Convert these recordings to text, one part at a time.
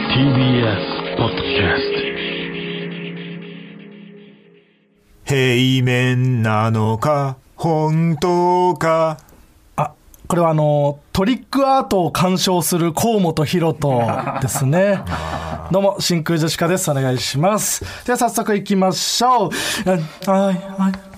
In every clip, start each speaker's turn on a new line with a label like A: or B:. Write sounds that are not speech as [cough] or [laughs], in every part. A: TBS ポッドキャス
B: 平面なのか本当か
C: あ、これはあの、トリックアートを鑑賞する河本ロ人ですね。どうも、真空ジェシカです。お願いします。では早速行きましょう。あはい、はい。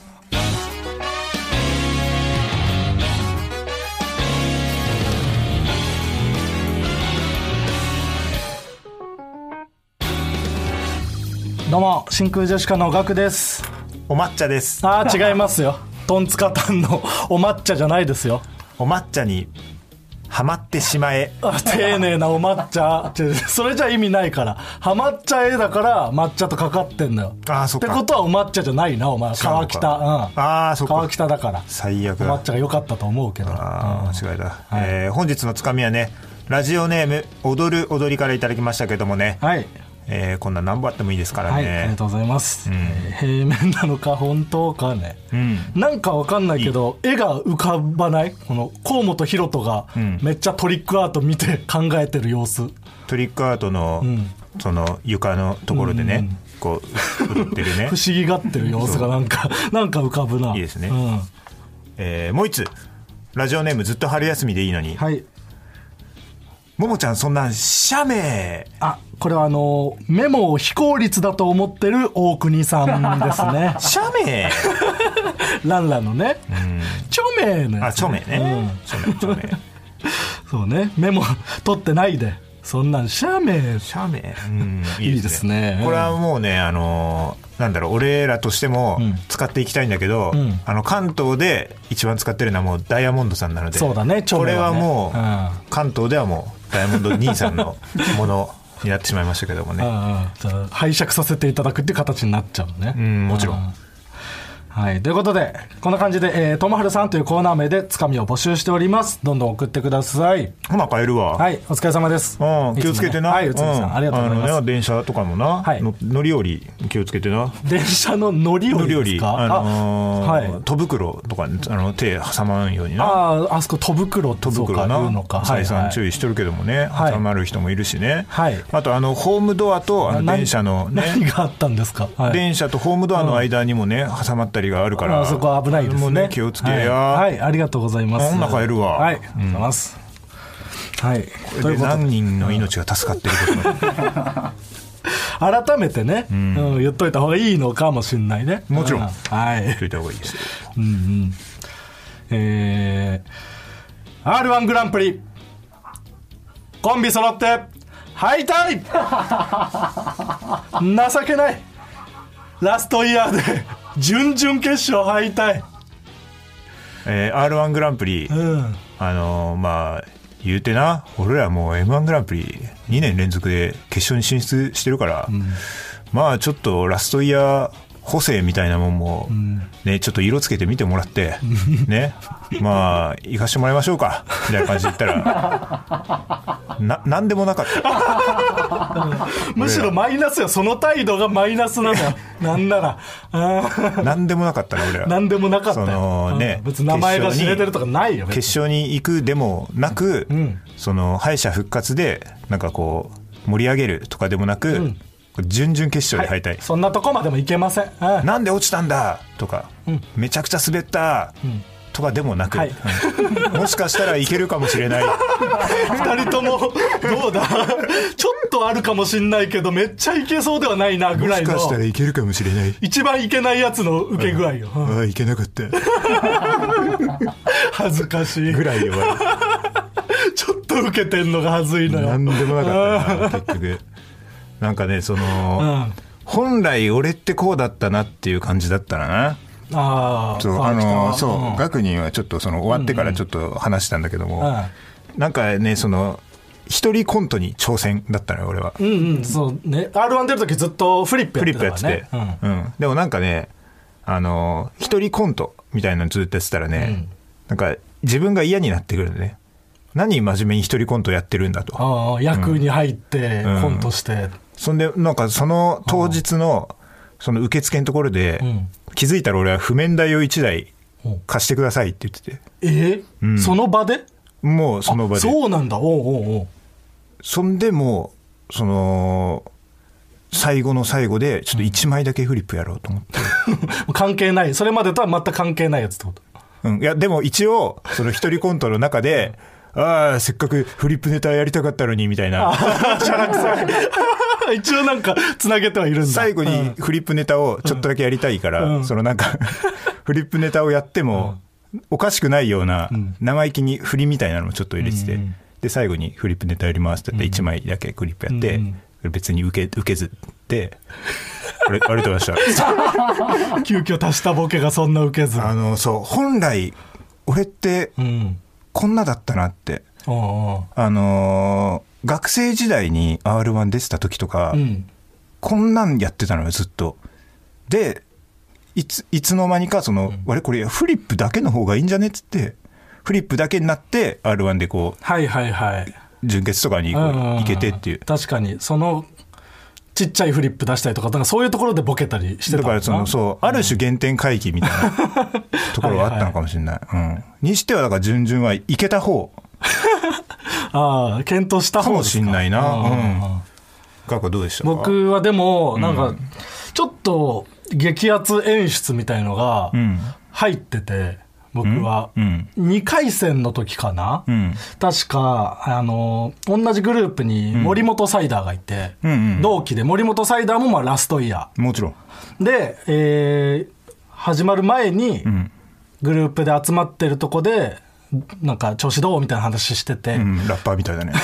C: どうも、真空ジェシカのガクです。
B: お抹茶です
C: ああ、違いますよ。トンツカタンのお抹茶じゃないですよ。
B: お抹茶にはまってしまえ
C: あ丁寧なお抹茶違う違うそれじゃ意味ないからハマっちゃえだから抹茶とかかってんのよ
B: あーそっか
C: ってことはお抹茶じゃないなお前
B: うのか
C: 川北、うん、
B: あーそっか
C: 川北だから
B: 最悪
C: お
B: だ
C: 抹茶が良かったと思うけど
B: あー間違いだ、えー本日のつかみはねラジオネーム踊る踊りからいただきましたけどもね、
C: はい
B: えーこんなん何本あってもいいですから
C: はい、ありが
B: ね、
C: とうございます、えー平面なのか本当かね、なんかわかんないけど絵が浮かばないこの河本大翔がめっちゃトリックアート見て考えてる様子、
B: トリックアートの、その床のところでね、こう [laughs] 踊ってるね
C: [laughs] 不思議がってる様子がなんかなんか浮かぶない
B: いですね
C: うん、
B: えーもう一つラジオネームずっと春休みでいいのに、
C: はい
B: ももちゃんそんなん写メ。
C: あ、これはあの、メモを非効率だと思ってる大国さんですね
B: [laughs] 写メ
C: [laughs] ランランのね。著名の
B: あ
C: やつ
B: 著名ね、著名著名
C: そうね。メモ取ってないで。そんなん、社名。
B: 写メうん
C: いいですね
B: これはもうねあのーなんだろう俺らとしても使っていきたいんだけど、
C: ん
B: あの関東で一番使ってるのはもうダイヤモンドさんなので
C: そうだね著
B: これ
C: 名
B: は
C: はね
B: もう、
C: う
B: 関東ではもうダイヤモンド兄さんのものになってしまいましたけども
C: う
B: ね、
C: んうんじゃあ拝借させていただくっていう形になっちゃうね。
B: うん、もちろ
C: うんはい。ということで、こんな感じで、えー、ともはるさんというコーナー名でつかみを募集しております。どんどん送ってください。
B: ほな帰るわ、
C: はい。お疲れ様です。
B: うん、気をつけてな。
C: はい、宇都宮さ。
B: うん
C: ありがとうございます
B: あの。ね、電車とかもな、
C: はい
B: の乗り降り気をつけてな。
C: 電車の乗り降
B: 乗り降
C: りで
B: り
C: す、か
B: あのー
C: あはい
B: 戸袋とか、あの、手挟まんようにな。
C: あああそこ戸袋
B: 戸
C: 戸
B: 袋
C: いうの
B: な
C: か、
B: 再三注
C: 意
B: 意してるけどもね、
C: はい
B: 挟まる人もいるしね。
C: はい
B: あと、あの、ホームドアと、あの、電車の
C: 何
B: ね、
C: があったんですか、はい
B: 電車とホームドアの間にもね、挟まったりがあるから。
C: あそこは危ないです
B: も
C: ね
B: うね、気をつけや。
C: はい、はいありがとうございます
B: あお腹減るわ
C: はいありがとうございます、はいとい
B: で
C: うことで
B: 何人の命が助かってることも
C: 改めてね、うん言っといた方がいいのかもしれないね
B: もちろん
C: うはい
B: 言っといた方がいい
C: [laughs]
B: ですよ。
C: えー、R1 グランプリ、コンビ揃って、敗
B: [laughs]
C: 退情けないラストイヤーで、準々決勝敗退。
B: えー R1 グランプリ、
C: うん。
B: あのーまあ言うてな俺らもう m 1グランプリ2年連続で決勝に進出してるから、まあちょっとラストイヤー補正みたいなもんも、ね、ちょっと色つけて見てもらっ
C: [laughs]
B: て、ね、まあ、行かしてもらいましょうか、みたいな感じで言ったら、
C: [laughs]
B: な、なんでもなかった。
C: むしろマイナスよ。その態度がマイナス
B: [laughs]
C: なのよ。なんなら。あ
B: なんでもなかったな、俺ら。
C: ーなんでもなかったよ。
B: そのね
C: うん別に名前が知れてるとかないよ。別に
B: 決勝に行くでもなく、その敗者復活でなんかこう盛り上げるとかでもなく、準々決勝で敗退、
C: そんなとこまでもいけません。うん
B: なんで落ちたんだとか、めちゃくちゃ滑った、とかでもなく、
C: はい
B: うんもしかしたらいけるかもしれない
C: 二人とも、どうだちょっとあるかもしんないけど、めっちゃいけそうではない [laughs] な、ぐ
B: も
C: ら
B: し
C: いの
B: か。したらいけるかもしれない
C: 一番いけないやつの受け具合よ。うん
B: ああいけなかった
C: 恥ずかしい。
B: ぐらいで終わ
C: [laughs] ちょっと受けてんのが恥ずいの
B: る
C: よ。
B: なんでもなかっ
C: [laughs]
B: たな結局なんかねその、本来俺ってこうだったなっていう感じだったらな
C: ああ、
B: そう、
C: 川
B: あ
C: 北は
B: の、そう、
C: ん
B: 学人はちょっとその終わってからちょっと話したんだけども、
C: は
B: なんかね、その、一人コントに挑戦だったのよ、俺は。
C: うんうん、そうね。R1 出るときずっとフリップ
B: フリ
C: や
B: ッ
C: っ
B: プ
C: て
B: や
C: た
B: っ
C: か
B: て
C: ら
B: て
C: ね。。
B: うん。でもなんかね、あの、一人コントみたいなのずっとやってたらね、なんか自分が嫌になってくるんだね。何真面目に一人コントやってるんだと。
C: ああ、役に入って、
B: うん
C: コントして。
B: そんで、なんかその当日の、その受付のところで、
C: ん
B: 気づいたら俺は譜面台を一台貸してくださいって言ってて、
C: えその場で
B: もうその場で。
C: そうなんだ。おうおうおう [laughs]
B: そんでもうその最後の最後でちょっと1枚だけフリップやろうと思って、
C: 関係ない。それまでとは全く関係ないやつってこと。
B: うん、いやでも一応その一人コントの中でああせっかくフリップネタやりたかったのにみたいな
C: しゃらくさい。 [laughs] 一応なんか、つなげてはいるんだ。
B: 最後にフリップネタをちょっとだけやりたいから、そのなんかフリップネタをやってもおかしくないような生意気に振りみたいなのもちょっと入れてて、で最後にフリップネタやりますって言って1枚だけクリップやって、別に受け受けずってあれありがとうご [laughs] ざいました
C: 急遽足したボケがそんな受けず。
B: あのそう本来俺って
C: うん。
B: こんなだったなって
C: おうおう
B: あのー学生時代に r 1出てた時とか、
C: うん。
B: こんなんやってたのよ、ずっと。で、いつ、いつの間にか、その、あれこれ、フリップだけの方がいいんじゃねっつって、フリップだけになって、R1 でこ
C: はいはいはい。
B: う、準決とかにこう行けてっていう。
C: 確かに、その、ちっちゃいフリップ出したりとか、なんかそういうところでボケたりしてた
B: だ
C: の
B: から、その、
C: う。
B: そう、ある種原点回帰みたいなところがあったのかもしれない。うん。にしては、だから、順々はいけた方
C: ああ、検討した
B: か
C: 方
B: も
C: です
B: しんないな。
C: うん
B: うん。学校どうでしたか、
C: 僕はでも、なんか、ちょっと、激アツ演出みたいのが
B: うん。
C: 入ってて、僕は。
B: うん。
C: 2回戦の時かな、
B: うん。
C: 確か、あの、同じグループに森本サイダーがいて、
B: うんうん
C: 同期で、森本サイダーもまあラストイヤ
B: もちろん。
C: ー。で、えー始まる前に
B: う、ん。
C: グループで集まってるとこで、なんか調子どうみたいな話してて、
B: うん。ラッパーみたいだね。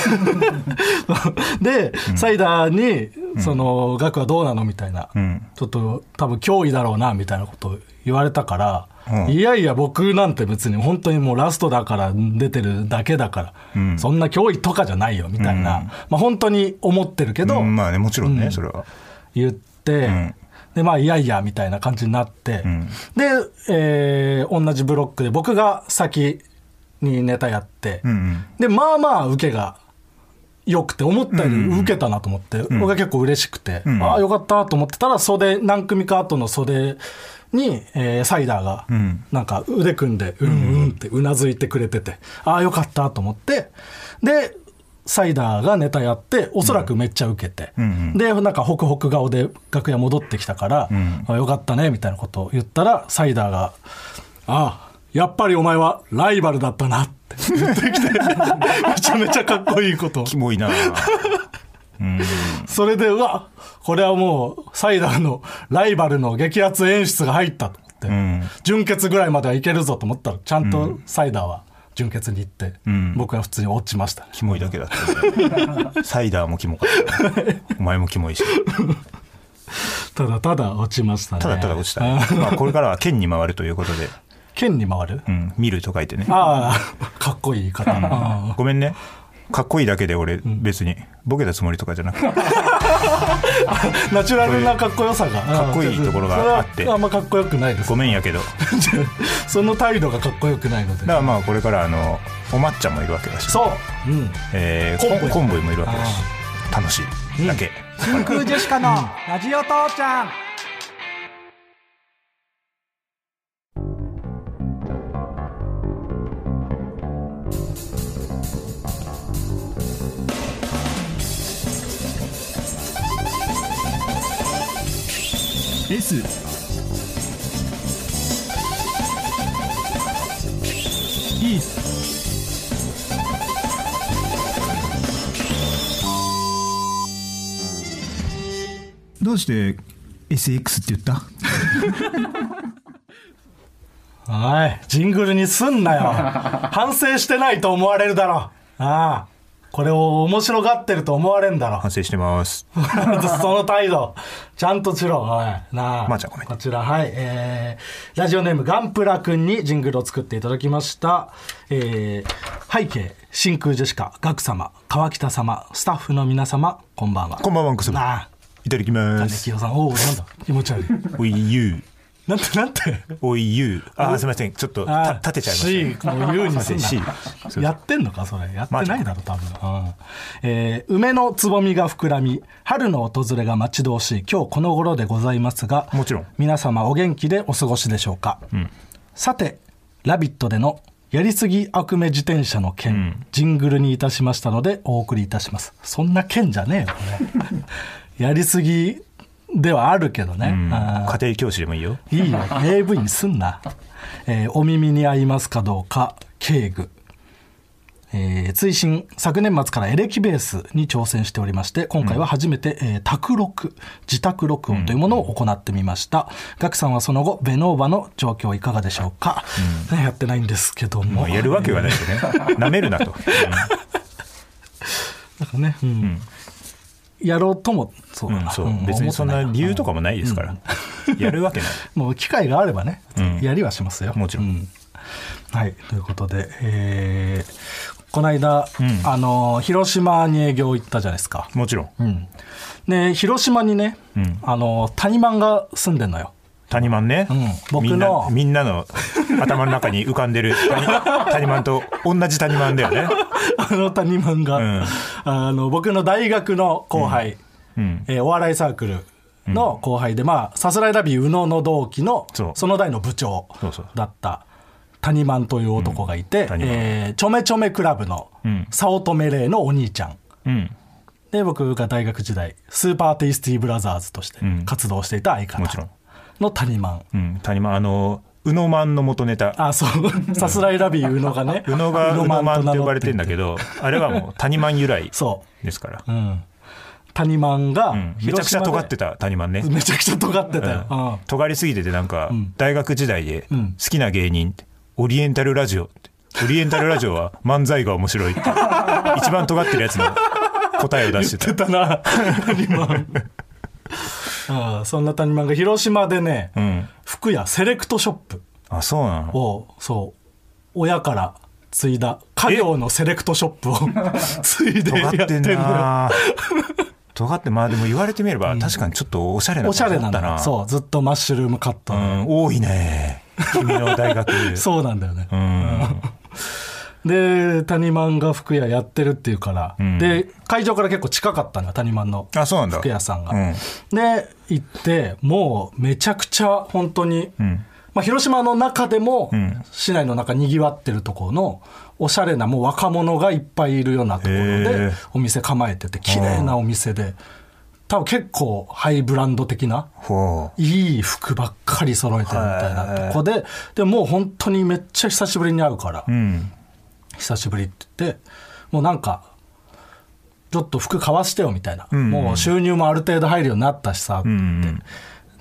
C: [laughs] で、サイダーに、その、額はどうなのみたいな、
B: うん。
C: ちょっと多分脅威だろうなみたいなことを言われたから、
B: うん
C: いやいや僕なんて別に本当にもうラストだから出てるだけだから、
B: うん
C: そんな脅威とかじゃないよみたいな、まあ、本当に思ってるけど、
B: うんまあね、もちろんね、
C: うん
B: それは。
C: 言って、
B: ん
C: でまあいやいやみたいな感じになって、
B: ん
C: で、えー同じブロックで僕が先にネタやって、
B: うんうん。
C: でまあまあ受けが良くて思ったより受けたなと思って、僕が結構嬉しくて、
B: ん
C: ああよかったと思ってたら袖何組か後の袖に、えーサイダーが
B: ん
C: なんか腕組んでうんうんってうなずいてくれてて、ああよかったと思ってでサイダーがネタやっておそらくめっちゃ受けて、
B: うんうん
C: でなんかホクホク顔で楽屋戻ってきたから、
B: ん
C: あよかったねみたいなことを言ったらサイダーが「ああやっぱりお前はライバルだったな」って言ってきてめちゃめちゃかっこいいことを
B: キモい
C: [laughs]
B: なうん。
C: それでうわこれはもうサイダーのライバルの激アツ演出が入ったと思って、
B: ん
C: 準決ぐらいまではいけるぞと思ったらちゃんとサイダーは準決に行って、
B: ん
C: 僕は普通に落ちましたね、
B: キモいだけだった、ね。サイダーもキモかった、お前もキモいし。
C: ただただ落ちましたね
B: ただただ落ちた、
C: あー
B: まあこれからは剣に回るということで、
C: 剣に回る
B: うん、見ると書いてね。
C: ああかっこいい言い方あー
B: ごめんね。かっこいいだけで俺、別に、ボケたつもりとかじゃなくて。
C: ナチュラルなかっこよさが
B: かっこいいところがあって
C: それはあんまかっこよくないです
B: ごめんやけど。だ
C: [laughs] その態度がかっこよくないので
B: からまあこれから、あの、お抹茶もいるわけだし、
C: そう、うん、
B: えー
C: コンボイ
B: コンボイもいるわけだし、楽しいだけ。
D: 真空ジェシカのラジオ父ちゃん
E: どうして SX って言った
C: はいジングルにすん
B: [laughs]
C: なよ反省してないと思われるだろうああこれを面白がってると思われ
B: [laughs]
C: んだろ
B: 反省してます。
C: その態度ちゃんとしろおいなあ
B: まーちゃんごめん
C: こちらはいえー、ラジオネームガンプラくんにジングルを作っていただきましたえー、背景真空ジェシカガク様川北様スタッフの皆様こんばんは
B: こんばんは、くすぶ。
C: なあ
B: いただきま
C: ね、
B: す。
C: 清さん、おお、なんだ、気持ち悪い。 [laughs]
B: おいゆう。
C: なんて、なんて。
B: おいゆう。あー、すみません。ちょっとた立てちゃいましたね。
C: し、もう言うにすん
B: すいま
C: な
B: せん C
C: [laughs] やってんのか、それ。やってないだろ、多分。うんえー梅のつぼみが膨らみ、春の訪れが待ち遠しい、今日この頃でございますが、
B: もちろん
C: 皆様お元気でお過ごしでしょうか。さて、「ラビット!」でのやりすぎ悪名自転車の件、ジングルにいたしましたのでお送りいたしますそんな件じゃねえよね [laughs] やりすぎではあるけどね、
B: うん
C: あー
B: 家庭教師でもいいよ。
C: い
B: [laughs]
C: いよ AV にすんな、えーお耳に合いますかどうか警具えー追伸昨年末からエレキベースに挑戦しておりまして今回は初めて、えー宅録自宅録音というものを行ってみました、ガクさんはその後ベノーバの状況いかがでしょうか、ねやってないんですけども
B: まあやるわけがないよね。 [laughs] 舐めるなと。
C: だからね、うんやろうともそう
B: う
C: だ
B: ん、う
C: な、
B: んそうう。別にそんな
C: 思ってい
B: 理由とかもないですから。やるわけない。
C: もう機会があればね、
B: うん
C: やりはしますよ
B: もちろん
C: はいということで、えーこの間、あの広島に営業行ったじゃないですか、
B: もちろん。
C: うん、で広島にね、
B: ん
C: あの谷マンが住んでんのよ [laughs]
B: 谷間ね、
C: うん僕
B: みん
C: の
B: なみんなの頭の中に浮かんでる谷谷間と同じ谷間だよね。
C: あの谷マンが、
B: うん
C: あの僕の大学の後輩、
B: うん、
C: えーお笑いサークルの後輩で、まあさすらいラビー宇野の同期の
B: そう
C: その代の部長
B: そうそう
C: だった谷マンという男がいて、
B: 谷マン
C: えーちょめちょめクラブの
B: うん
C: 早乙女麗のお兄ちゃん
B: うん、
C: で僕が大学時代スーパーテイスティーブラザーズとして
B: うん
C: 活動していた相
B: もちろ
C: 方
B: ん
C: の谷マン、
B: うん、谷間あの宇野マンの元ネタ。
C: あそう [laughs] さすらいラビー宇野がね
B: [laughs] 宇野が宇野マンって呼ばれてんだ
C: ど
B: けど、あれはもう谷間由来
C: そ
B: ですから。
C: う、うん、谷マンが、
B: うん、めちゃくちゃ尖って
C: た
B: た谷間ね。
C: めちゃくちゃ尖ってたよ、うん
B: 尖りすぎててなんか大学時代で
C: ん
B: 好きな芸人ってオリエンタルラジオってオリエンタルラジオ
C: [laughs]
B: は漫才が面白いって一番尖ってるやつの答えを出して
C: 言
B: た
C: ってたな谷間 [laughs] ああそんな谷間が広島でね、
B: うん
C: 服屋セレクトショップ
B: あそうなの
C: をそう親から継いだ家業のセレクトショップを [laughs] 継いでやっ
B: 尖ってて
C: ん
B: ん
C: のよ [laughs]
B: な尖ってまあでも言われてみれば確かにちょっとおしゃれな
C: おしゃれな
B: だ
C: んだ
B: な
C: そうずっとマッシュルームカット
B: う
C: の、
B: ん多いね君の大学
C: [laughs] そうなんだよね、
B: うん
C: で谷間が服屋やってるっていうから、
B: ん
C: で会場から結構近かったんだ谷間の
B: あそうなんだ
C: 服屋さんが、
B: うん
C: で行ってもうめちゃくちゃ本当に、
B: うん
C: まあ、広島の中でも、
B: ん
C: 市内の中にぎわってるところのおしゃれなもう若者がいっぱいいるようなところ
B: へ
C: で
B: え
C: お店構えてて綺麗なお店で多分結構ハイブランド的な
B: ほう
C: いい服ばっかり揃えてるみたいなとこででもう本当にめっちゃ久しぶりに会うから、
B: うん
C: 久しぶりって言ってもうなんかちょっと服買わしてよみたいな、
B: ん
C: もう収入もある程度入るようになったしさ、
B: うんうん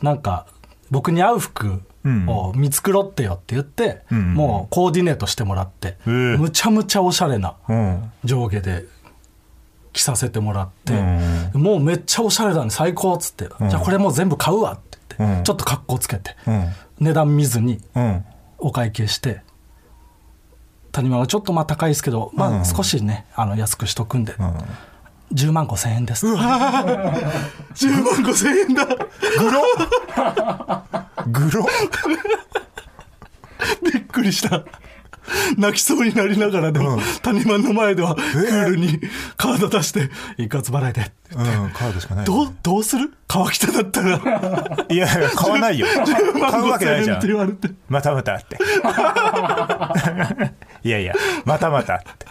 C: なんか僕に合う服を見繕ってよって言って、
B: ん
C: もうコーディネートしてもらって、
B: ええ
C: むちゃむちゃおしゃれな
B: うん
C: 上下で着させてもらって、
B: うん
C: もうめっちゃおしゃれだね最高っつって、じゃあこれもう全部買うわって言って、
B: うん
C: ちょっと格好つけて、
B: うん
C: 値段見ずに
B: うん
C: お会計して谷間はちょっとまあ高いですけど、まあ、少しねあの安くしとくんで、
B: ん
C: 10万5千円ですうわ10万5千円だグロ
B: グロ
C: びっくりした泣きそうになりながらでも、谷間の前ではクールにカード出して一括払いで
B: うんカードしかない
C: どうどうする川北だったら
B: いやいや買わ
C: [laughs]
B: ないよ
C: 10
B: [laughs]
C: 万
B: 買うわ
C: 5
B: けない
C: 千
B: じ
C: 円
B: ゃ
C: っ
B: ん
C: て言われて
B: またまた
C: [laughs]
B: って。いやいや、またまたって。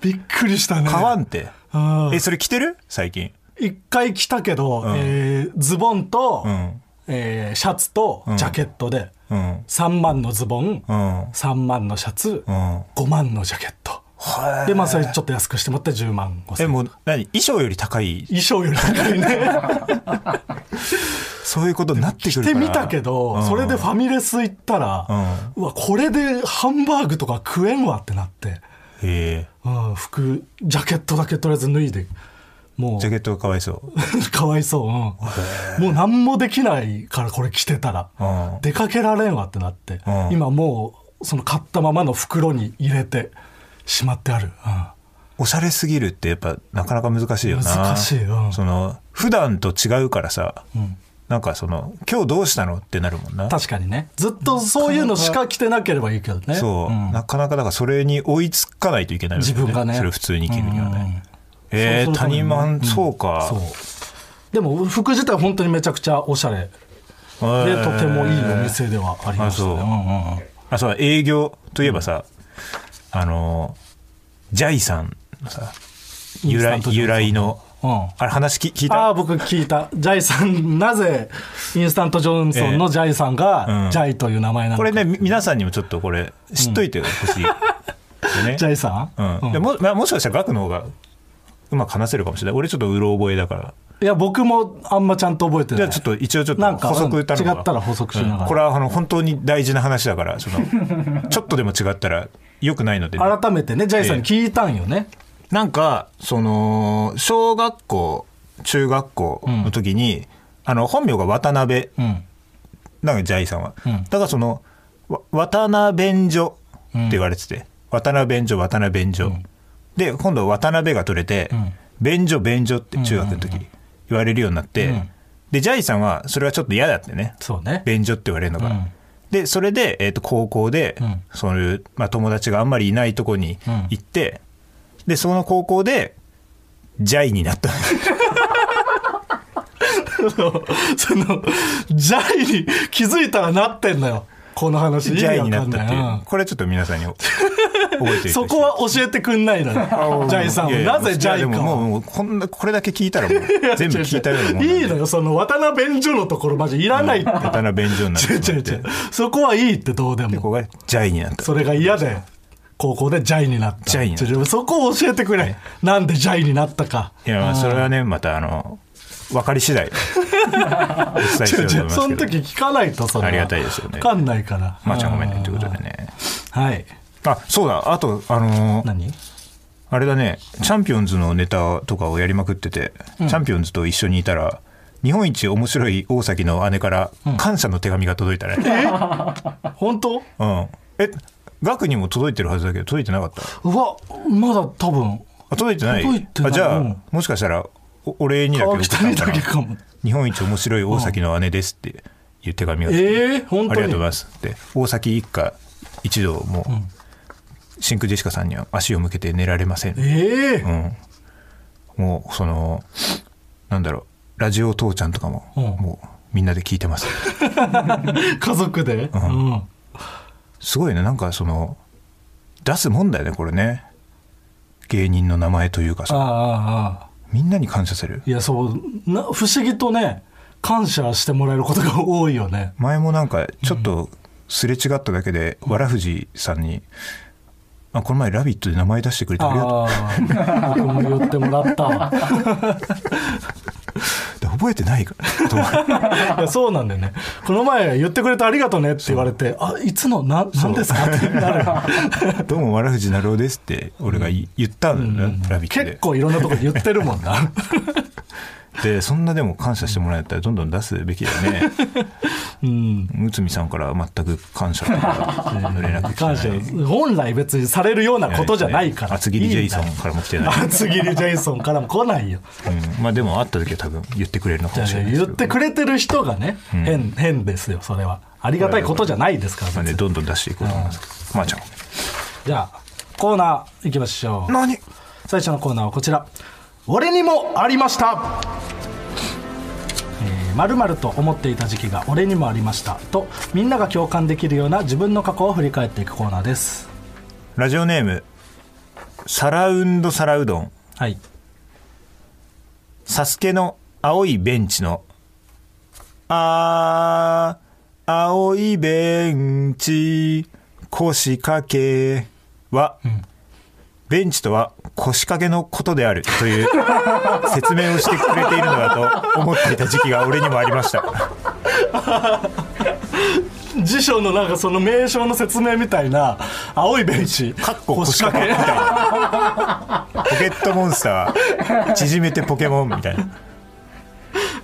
C: びっくりしたね
B: 買わんって。
C: あー
B: え、それ着てる最近。
C: 一回来たけど、
B: ん
C: えーズボンと、
B: うん。
C: えーシャツとジャケットで、
B: うん。
C: 3万のズボン、
B: うん。
C: 3万のシャツ、
B: うん。
C: 5万のジャケット
B: は
C: でまあそれちょっと安くしてもらって10万5
B: え、
C: 千円
B: もう、何衣装より高い、
C: 衣装より高いね
B: そういうことになってく
C: 着
B: るか
C: て
B: ら。
C: みたけど、
B: うん
C: それでファミレス行ったら、うわこれでハンバーグとか食えんわってなって、
B: へえ。
C: うん、服ジャケットだけとりあえず脱いでも
B: ジャケットがかわいそう。
C: う [laughs] かわいそう、うん、もう何もできないからこれ着てたら、
B: うん
C: 出かけられんわってなって、
B: うん
C: 今もうその買ったままの袋に入れてしまってある、うん
B: おしゃれすぎるってやっぱなかなか難しいよな。
C: 難しいうん
B: その、普段と違うからさ、なんかその、今日どうしたのってなるもんな。
C: 確かにねずっとそういうのしか着てなければいいけどね
B: そう、
C: ん
B: なかなかだからそれに追いつかないといけないわけだよ
C: 自分がね
B: それを普通に着るには
C: うんうんうん
B: ね。え
C: そう
B: ー、
C: するために
B: 谷
C: ね
B: 間、そうか。
C: そうでも服自体は本当にめちゃくちゃおしゃれで
B: えー
C: とてもいいお店ではありました
B: あそう
C: ねうんうんうん
B: あそうだ営業といえばさ、あのジャイさんのさ
C: イン
B: 由
C: スタ
B: 来
C: ントジャイさん
B: 由来の
C: うん
B: あれ話聞聞い
C: あ
B: た
C: あ、僕聞いた。ジャイさん、なぜ、インスタントジョンソンのジャイさ
B: え
C: ん
B: えう
C: が
B: ん、
C: ジャイという名前なのか。
B: これねみ皆さんにもちょっとこれ知っといてほしい、ね
C: ジャイさん、
B: うんでもまあもしかしたら額の方がうまく話せるかもしれない俺ちょっとうろ覚えだから
C: いや、僕もあんまちゃんと覚えて
B: じ
C: な
B: ゃ
C: い。
B: あちょっと一応ちょっ
C: な
B: と
C: んか
B: 補足言ったの
C: うん違ったら補足しながら
B: これはあの本当に大事な話だからそ
C: [laughs]
B: のちょっとでも違ったらよくないのでね、
C: 改めてね、ジャイさんに聞いたんよね。
B: なんかその小学校中学校の時に、あの本名が渡辺
C: うん。
B: なんかジャイさんは、
C: ん
B: だからそのわ渡辺便所って言われてて、渡辺便所渡辺便所、で今度渡辺が取れて、便所便所って中学の時言われるようになって、でジャイさんはそれはちょっと嫌だってね
C: そうね。
B: 便所って言われるのが、でそれで、えー、と高校で、そういう、まあ、友達があんまりいないとこに行って、でその高校でジャイになった
C: [laughs] [laughs] その、ジャイに気づいたらなってんのよ。この話。
B: ジャイになっ
C: 意味
B: た
C: わ
B: っ
C: か
B: て
C: ん
B: い
C: ないう
B: これちょっと皆さんに [laughs] 覚えておいてほし
C: うん
B: い
C: そこは教えてくんない
B: [laughs]
C: のよ。ジャイさん
B: いやいや
C: は。なぜジャ
B: いや
C: イ
B: で
C: か
B: もも
C: を。
B: うもうこんなこれだけ聞いたらもう全部聞いたようなもん
C: いいの
B: よ
C: よ、その、渡辺便所のところ、マジいらないって。
B: 刀便所になっ
C: 違う
B: てし
C: 違
B: ま
C: う
B: っ
C: 違
B: て
C: う。そこはいいってどうで
B: ここ
C: も。
B: がジャイになった
C: それが嫌で、高校でジャイになった。
B: ジャイになった
C: ちょそこを教えてくれ。なんでジャイになったか。
B: いやまあそれはねまたあの分かり次第お伝えしようと思いますけ
C: [laughs] 違う違う。その
B: ど
C: 時聞かないと、それは
B: ありがたいですよね
C: わかんないから。
B: まあちゃんごめん
C: う
B: ねということでね
C: はい。
B: あそうだあとあのー
C: 何
B: あれだねチャンピオンズのネタとかをやりまくってて、チャンピオンズと一緒にいたら日本一面白い大崎の姉から感謝の手紙が届いた
C: [laughs]
B: ね、
C: 本当
B: うん、え額にも届いてるはずだけど届いてなかった
C: うわ、まだ多分、
B: あ届いてない
C: 届いてない
B: あじゃあ、
C: うん
B: もしかしたらおお礼にだけ
C: 川
B: 送った
C: 北
B: の
C: に
B: かな
C: だけかも。
B: 日本一面白い大崎の姉ですっていう手紙が来て、
C: ええ本
B: ありが
C: 当
B: とうござい
C: に。
B: ますで大崎一家一同もう、シンクジェシカさんには足を向けて寝られません、
C: ええ
B: うん、もうそのなんだろうラジオ父ちゃんとかも、
C: うん
B: もうみんなで聞いてます
C: 家族で、うん
B: すごいねなんかその出すもんだよねこれね芸人の名前というか
C: ああ
B: さ
C: ああ
B: みんなに感謝する
C: いやそうな不思議とね感謝してもらえることが多いよね
B: 前もなんかちょっとすれ違っただけで、わらふじさんに「あこの前ラビット!」で名前出してくれてありがと
C: ああ僕も言ってもらった
B: [laughs]
C: わ
B: うで覚えてないからと思って
C: いやそうなんだよねこの前言ってくれてありがとうねって言われてあいつのな何で
B: [laughs]
C: すかってなる
B: 「どうもわらふじなるおです」って俺がい言ったんだよ、ラビット!」で
C: 結構いろんなとこ言ってるも
B: [laughs]
C: んな
B: でそんなでも感謝してもらえたらどんどん出すべきだよね
C: うん
B: 内海さんから全く感謝とか連絡来てない
C: 感謝本来別にされるようなことじゃないから
B: 厚切りジェイソ
C: いいん
B: ンからも来て
C: だ
B: ない
C: よ厚切りジェイソンからも来ないよ
B: うんまあでも会った時は多分言ってくれるのかもしれないですけ
C: 言
B: ど
C: ってくれてる人がね、変変ですよそれはありがたいことじゃないですから
B: まあ
C: 別
B: ね
C: に
B: どんどん出していこうと思います、まあちゃん
C: じゃあコーナー行きましょう
B: 何
C: 最初のコーナーはこちら俺にもありましたまるまると思っていた時期が俺にもありましたとみんなが共感できるような自分の過去を振り返っていくコーナーです
B: ラジオネームサラウンドサラうどん
C: はい
B: サスケの青いベンチのあー青いベンチ腰掛けは、ベンチとは腰掛けのことであるという説明をしてくれているのだと思っていた時期が俺にもありました
C: 辞書のなんかその名称の説明みたいな青いベンチ
B: かっこ腰掛けみたいなポケットモンスター縮めてポケモンみたいな
C: [laughs]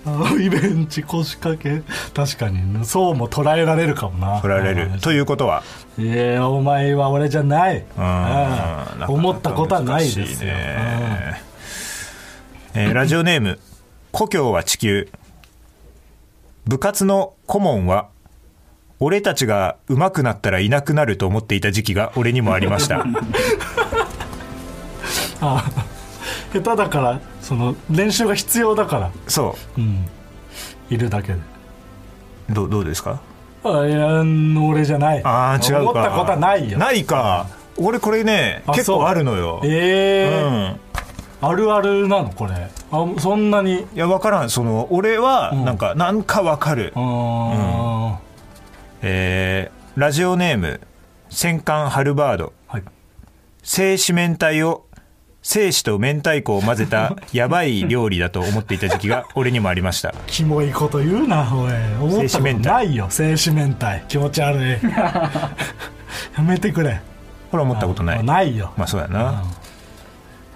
C: 青いベンチ腰掛け確かにねそうも捉えられるかもな
B: 取られるということは
C: ええお前は俺じゃない、
B: うん
C: うん
B: なかなか
C: 思ったことはないですよ、
B: 難しいねえーラジオネーム「故郷は地球」部活の顧問は俺たちが上手くなったらいなくなると思っていた時期が俺にもありました
C: [laughs] うん下手だからその練習が必要だから
B: そ
C: いるだけで
B: うどうどうですか
C: あいや俺じゃない
B: ああ違うか
C: 思ったことはないよ
B: ないか俺これね
C: あ
B: 結
C: そう
B: 構あるのよ、
C: ええ
B: うん
C: あるあるなのこれあそんなに
B: いや分からんその俺は
C: ん
B: なんか、なんか分かる、
C: うーん
B: えーラジオネーム戦艦ハルバード
C: はい
B: 精子明太を精子と明太子を混ぜたやばい料理だと思っていた時期が俺にもありました
C: キモいこと言うなおい思ったことないよ精子明太気持
B: [laughs]
C: ち悪いやめてくれ
B: これは思ったことない
C: ないよ
B: まあそうやな、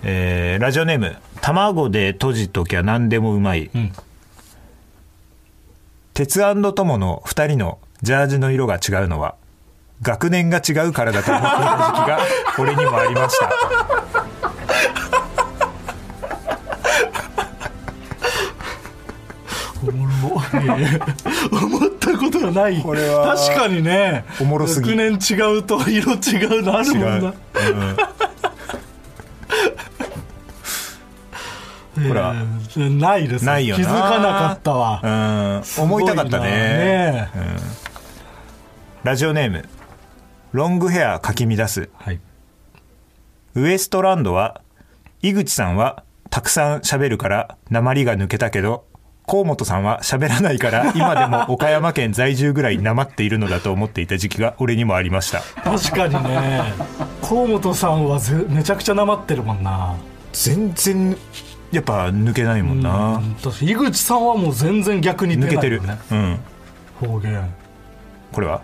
B: えーラジオネーム「卵で閉じときゃ何でもうまい」
C: ん
B: 鉄友の2人のジャージの色が違うのは学年が違うからだと思っていた時期が俺にもありました
C: おもろいやいや [laughs] 思ったことがない
B: これは
C: 確かにね
B: おもろすぎ
C: 学年違うと色違うのあるもんな
B: 違う、うん、ほら、
C: えーないです
B: ないよな
C: 気づかなかったわ、
B: うん、思いたかったね
C: ねえ
B: ラジオネームロングヘアかき乱す
C: はい
B: ウエストランドは井口さんはたくさん喋るから鉛が抜けたけど河本さんは喋らないから今でも岡山県在住ぐらい鉛っているのだと思っていた時期が俺にもありました
C: 確かにね河本さんはぜめちゃくちゃなまってるもんな
B: 全然やっぱ抜けないもんな、
C: 確かに井口さんはもう全然逆に出
B: 抜け
C: な
B: て
C: い
B: る、
C: もんね
B: うん
C: 方言
B: これは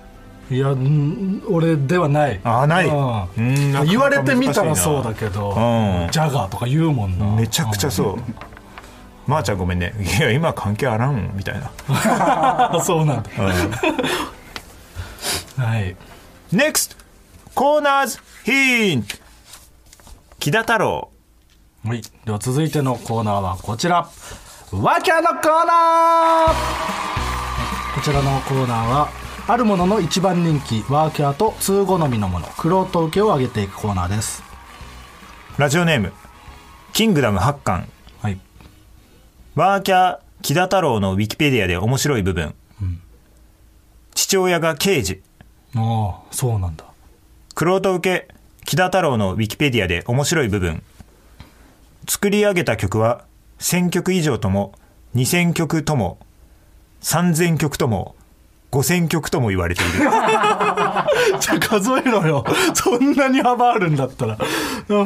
B: い
C: やん俺ではない
B: あない
C: うん
B: うんなかなか
C: 言われてみたら
B: 難しいな
C: そうだけど、
B: うん
C: ジャガーとか言うもんな
B: めちゃくちゃそう、まー、ちゃんごめんねいや今関係あらんみたいな、
C: ゃそうなん [laughs] だはい、
B: NEXT コーナーズヒント木田太郎
C: はい、では続いてのコーナーはこちらワキャのコーナーこちらのコーナーはあるものの一番人気ワーキャーと通好みのものクロート受けを上げていくコーナーです
B: ラジオネームキングダム8巻
C: はい
B: ワーキャー木田太郎のウィキペディアで面白い部分、父親が刑事
C: ああそうなんだ
B: クロート受け木田太郎のウィキペディアで面白い部分作り上げた曲は1000曲以上とも2000曲とも3000曲とも5000曲とも言われている
C: じゃあ数えろよそんなに幅あるんだったら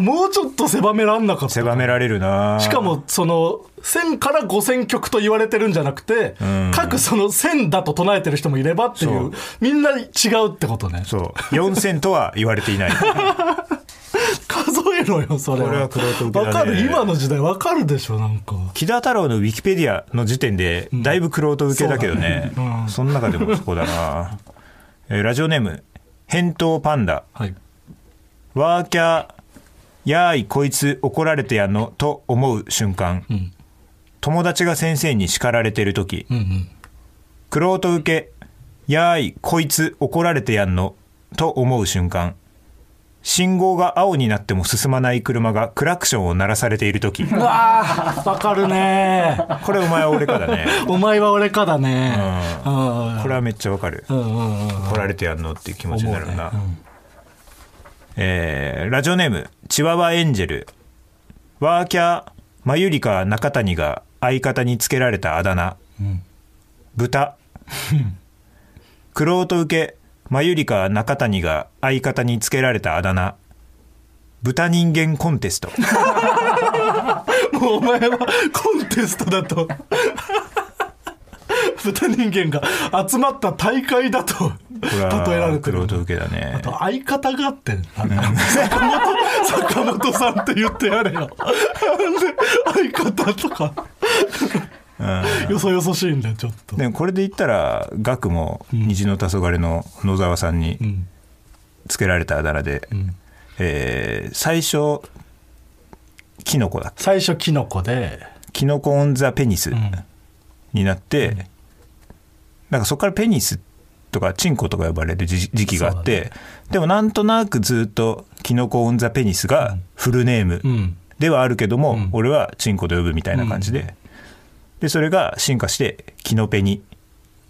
C: もうちょっと狭めらんなかった
B: 狭められるな
C: しかもその1000から5000曲と言われてるんじゃなくて、各その1000だと唱えてる人もいればっていう
B: そう
C: みんな違うってことね
B: そう4000とは言われていない
C: 数えろよそれは
B: これは玄人受けだね
C: わかる今の時代わかるでしょなんか
B: 木田太郎のウィキペディアの時点でだいぶクロート受けだけどね、その中でもそこだな、 [laughs] えーラジオネーム「返答パンダ
C: はい」
B: ワーキャー「やーいこいつ怒られてやんの」と思う瞬間、
C: ん
B: 友達が先生に叱られてる時、クロート受け「やーいこいつ怒られてやんの」と思う瞬間信号が青になっても進まない車がクラクションを鳴らされている [laughs] 時
C: うわーわかるね
B: これお前は俺かだね
C: お前は俺かだねうん
B: これはめっちゃわかる
C: うんうんうん
B: 取られてやんのっていう気持ちになるな、
C: 思うね
B: えーラジオネームチワワエンジェルワーキャーマユリカ中谷が相方につけられたあだ名、豚クロート受けマユリカ中谷が相方につけられたあだ名豚人間コンテスト
C: もうお前はコンテストだと [laughs] 豚人間が集まった大会だと [laughs] 例えられて
B: クロ
C: る
B: ート受けだね
C: と相方があってなんだ坂本坂本さんって言ってやれよなんで相方とかよそよそしいんだよちょっと
B: でもこれで言ったらガクも虹の黄昏の野沢さんに
C: ん
B: つけられたあだ名で、えー最初キノコだっけ
C: 最初キノコで
B: キノコオン・ザ・ペニスになって、なんかそこからペニスとかチンコとか呼ばれる時時期があって、でもなんとなくずっとキノコオン・ザ・ペニスがフルネーム、
C: うん
B: ではあるけども、俺はチンコと呼ぶみたいな感じで、でそれが進化してキノペニ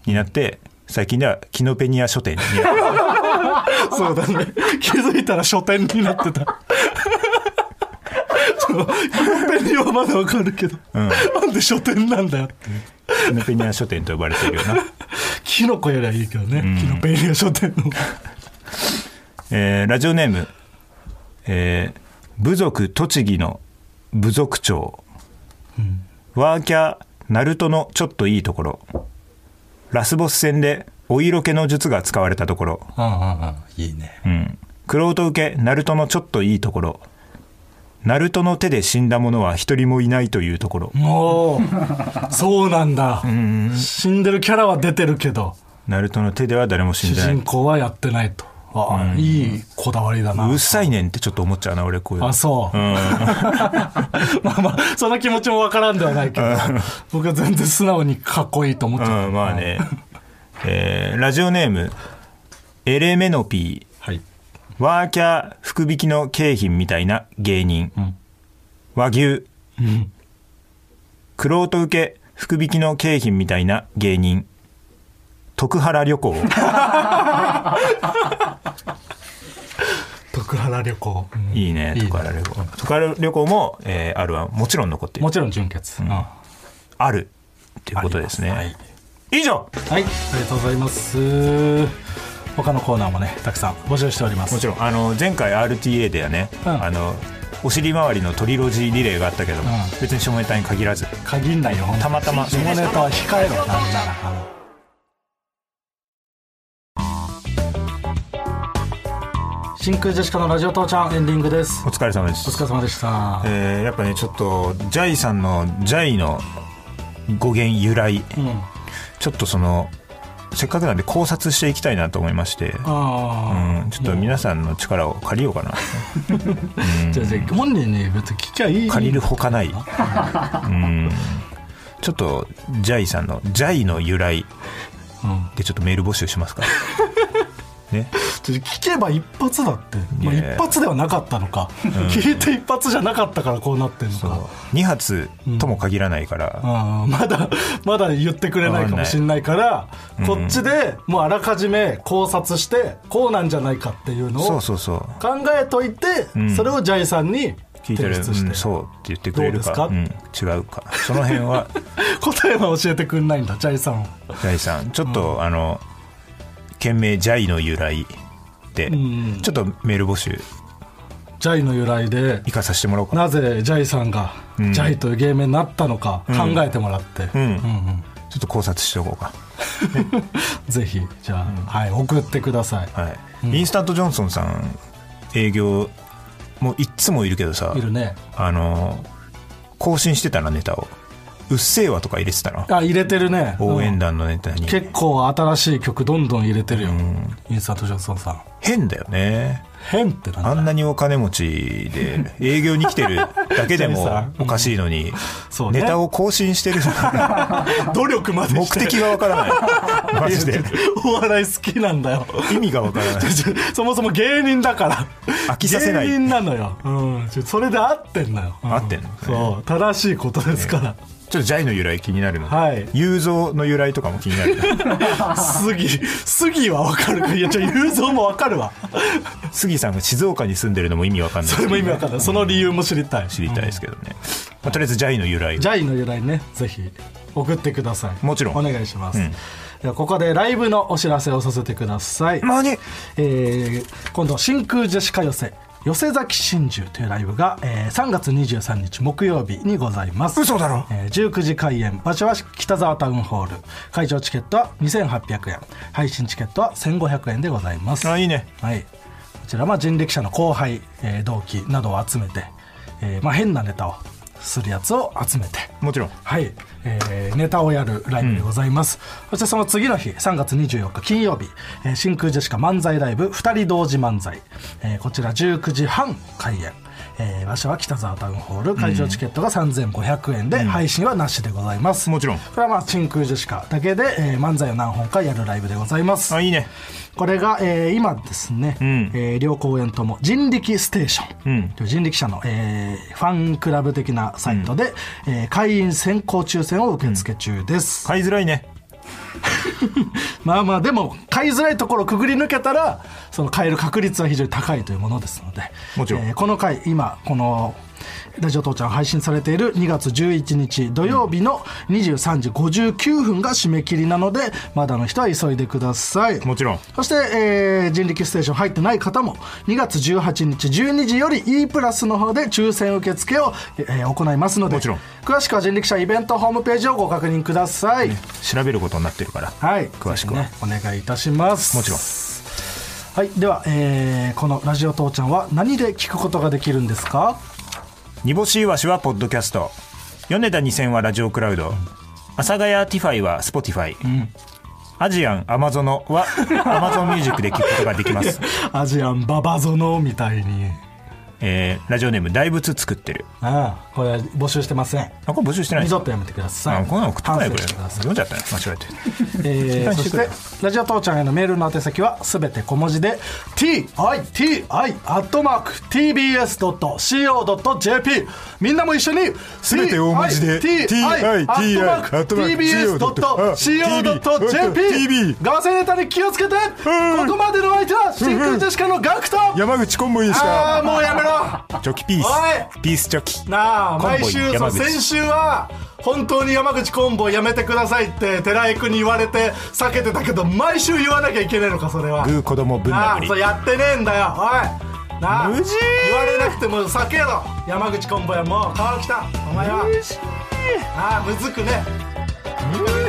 B: になって最近ではキノペニア書店に
C: そうだね。気づいたら書店になってた。そうコンペニはまだわかるけど、
B: ん
C: なんで書店なんだよって
B: キノペニア書店と呼ばれてるよな。
C: キノコよりはいいけどね、キノペニア書店の
B: えーラジオネーム、えー部族栃木の部族長、ワーキャーナルトのちょっといいところラスボス戦でお色気の術が使われたところ、
C: いいね
B: うん、クロート受けナルトのちょっといいところナルトの手で死んだ者は一人もいないというところ、
C: もうそうなんだ、死んでるキャラは出てるけど
B: ナルトの手では誰も死ん
C: 主
B: でな
C: 人
B: い
C: 公はやってないとあ、いいこだわりだな
B: うっさいねんってちょっと思っちゃうな俺こういうの
C: あそう、 [laughs] まあまあその気持ちもわからんではないけど僕は全然素直にかっこいいと思っちゃう、
B: うん、まあね。えーラジオネーム、エレメノピー。
C: はい
B: ワーキャー福引きの景品みたいな芸人。和牛。クロート受け福引きの景品みたいな芸人。徳原旅行。
C: 徳原旅行、うん
B: いいね、
C: いいね
B: 徳原旅行。徳原旅行も、えー、あるはもちろん残っている
C: も。ちろん純潔、うん
B: ある。っていうことですね。
C: はい
B: 以上
C: はい、ありがとうございます。他のコーナーもね、たくさん募集しております。
B: もちろんあの前回 RTA ではね、
C: うん
B: あのお尻周りのトリロジーリレーがあったけども、
C: うん
B: 別に照明隊に限らず
C: 限んないよ。
B: たまたま
C: 下ネタは控えろなんだな。真空ジェシカのラジオ父ちゃんエンディングです
B: お。疲れ様です
C: お疲れ様でした。
B: えーやっぱねちょっとジャイさんのジャイの語源由来
C: うん。
B: ちょっとそのせっかくなんで考察していきたいなと思いまして、
C: あ
B: うん、ちょっと皆さんの力を借りようかな
C: あ、じゃあじゃあ本人に別に聞きゃいい。
B: 借りるほかない、うん、ちょっとジャイさんのジャイの由来
C: うん。
B: でちょっとメール募集し
C: [laughs]
B: ますからね
C: ちょっと聞けば一発だって。まあ
B: いやいや
C: 一発ではなかったのか。聞いて一発じゃなかったからこうなってんのか。
B: 2発とも限らないから、
C: うんまだまだ言ってくれないかもしれないからこっちでもうあらかじめ考察してこうなんじゃないかっていうの
B: そ
C: を
B: うそうそう
C: 考えといてそれをジャイさんに
B: 聞
C: 提
B: いてる、
C: 出し
B: うん
C: て
B: そうって言ってくれるか
C: どう
B: うん、違うかその辺
C: [laughs]
B: は
C: 答えは教えてくれないんだジャイさんは
B: ジャイさんちょっと、あの件名「ジャイの由来」で、
C: ん
B: ちょっとメール募集
C: ジャイの由来で
B: 行かさせてもらおうかな
C: なぜジャイさんがジャイという芸名になったのか考えてもらって
B: うん、ちょっと考察しておこうか
C: ぜひじゃあはい送ってください
B: はい、インスタントジョンソンさん営業もういっつもいるけどさ
C: いるね
B: あの更新してたなネタを「うっせぇわ」とか入れてたな
C: あ入れてるね
B: 応
C: う
B: 援
C: ん
B: 団のネタに
C: 結構新しい曲どんどん入れてるよインスタントジョンソンさん
B: 変だよね
C: 変ってなんだ
B: あんなにお金持ち
C: [laughs]
B: で営業に来てるだけで
C: ジャニーさ
B: も
C: ん
B: おかしいのに、
C: そうね
B: ネタを更新してる
C: [laughs] 努力まで
B: 目
C: して
B: 的がわから
C: [laughs]
B: ないマジで
C: お笑い好きなんだよ [laughs]
B: 意味がわからない
C: そもそも芸人だから
B: 飽きさせない
C: 芸人なのよ、うん、ちょそれで合ってんのよ、うん
B: 合ってんの
C: そう正しいことですから、
B: ちょっとジャイの由来気になるので、
C: はい
B: 雄三の由来とかも気にな
C: [laughs]
B: る
C: 杉杉は分かるかいやじゃ雄三も分かるわ
B: 杉さんが静岡に住んでるのも意味わかんない
C: それも意味分かんないその理由も知りたい
B: 知りたいですけどね、まあ、とりあえずジャイの由来
C: ジャイの由来ねぜひ送ってください
B: もちろん
C: お願いします、
B: うん
C: ではここでライブのお知らせをさせてください
B: 何
C: えー今度真空ジェシカ寄せ寄せ崎真珠というライブが、えー3月23日木曜日にございます
B: 嘘だろ
C: えー19時開演場所は北沢タウンホール会場チケットは2800円配信チケットは1500円でございます
B: あいいね
C: はい、こちらは人力車の後輩、えー同期などを集めて、えーまあ、変なネタをするやつを集めて
B: もちろん
C: はい、えーネタをやるライブでございます、そしてその次の日3月24日金曜日、えー真空ジェシカ漫才ライブ2人同時漫才、えーこちら19時半開演えー場所は北沢タウンホール会場チケットが3500円で、配信はなしでございます
B: もちろん
C: これはまあ真空ジェシカだけで、えー漫才を何本かやるライブでございます
B: あいいね
C: これが、えー今ですね、
B: ん
C: えー両公演とも人力ステーション、という人力車の、えーファンクラブ的なサイトで、えー会員先行抽選を受付中です、
B: 買いづらいね
C: まあまあでも買いづらいところをくぐり抜けたらその買える確率は非常に高いというものですので
B: もちろん
C: この回今このラジオ父ちゃん配信されている2月11日土曜日の23時59分が締め切りなのでまだの人は急いでください
B: もちろん
C: そして、えー人力ステーション入ってない方も2月18日12時より E プラスの方で抽選受付を、えー行いますので
B: もちろん
C: 詳しくは人力車イベントホームページをご確認ください、
B: 調べることになってるから
C: はい、
B: 詳しくは
C: ぜひね、お願いいたします
B: もちろん
C: はいでは、えーこの「ラジオ父ちゃん」は何で聞くことができるんですか
B: 煮干しいわしはポッドキャスト米田2000はラジオクラウド、阿佐ヶ谷ティファイはスポティファイ、アジアンアマゾノ
C: [laughs]
B: はアマゾンミュージックで聞くことができます、
C: アジアンババゾノみたいに
B: えーラジオネーム大仏作ってる
C: ああこれは募集してません
B: あこれ募集してないで
C: 二
B: す
C: 度
B: か
C: とやめてくださ
B: あ
C: い
B: こんなの送ってこないこ
C: 反
B: れ
C: 省してください
B: 読んじゃったね間違えて
C: えーそしてラジオ父ちゃんへのメールの宛先はすべて小文字で titi.tbs.co.jp みんなも一緒に
B: 全て大文字で
C: titi.tbs.co.jp ガセネタに気をつけてここまでのお相手は真空ジェシカのガクト
B: 山口コンボイでし
C: ああ
B: た
C: もうやめろ
B: チョキピー
C: お
B: スピースチョキ
C: なあ
B: コンボイ
C: 毎週そ
B: 山
C: う
B: 口
C: 先週は本当に山口コンボやめてくださいって寺井君に言われて避けてたけど毎週言わなきゃいけないのかそれは
B: グー子供ぶん
C: な
B: 殴
C: あ
B: り
C: そうやってねえんだよおいなあ
B: 無事
C: 言われなくても避けろ山口コンボやもう川北お前は無事ああむずくね無事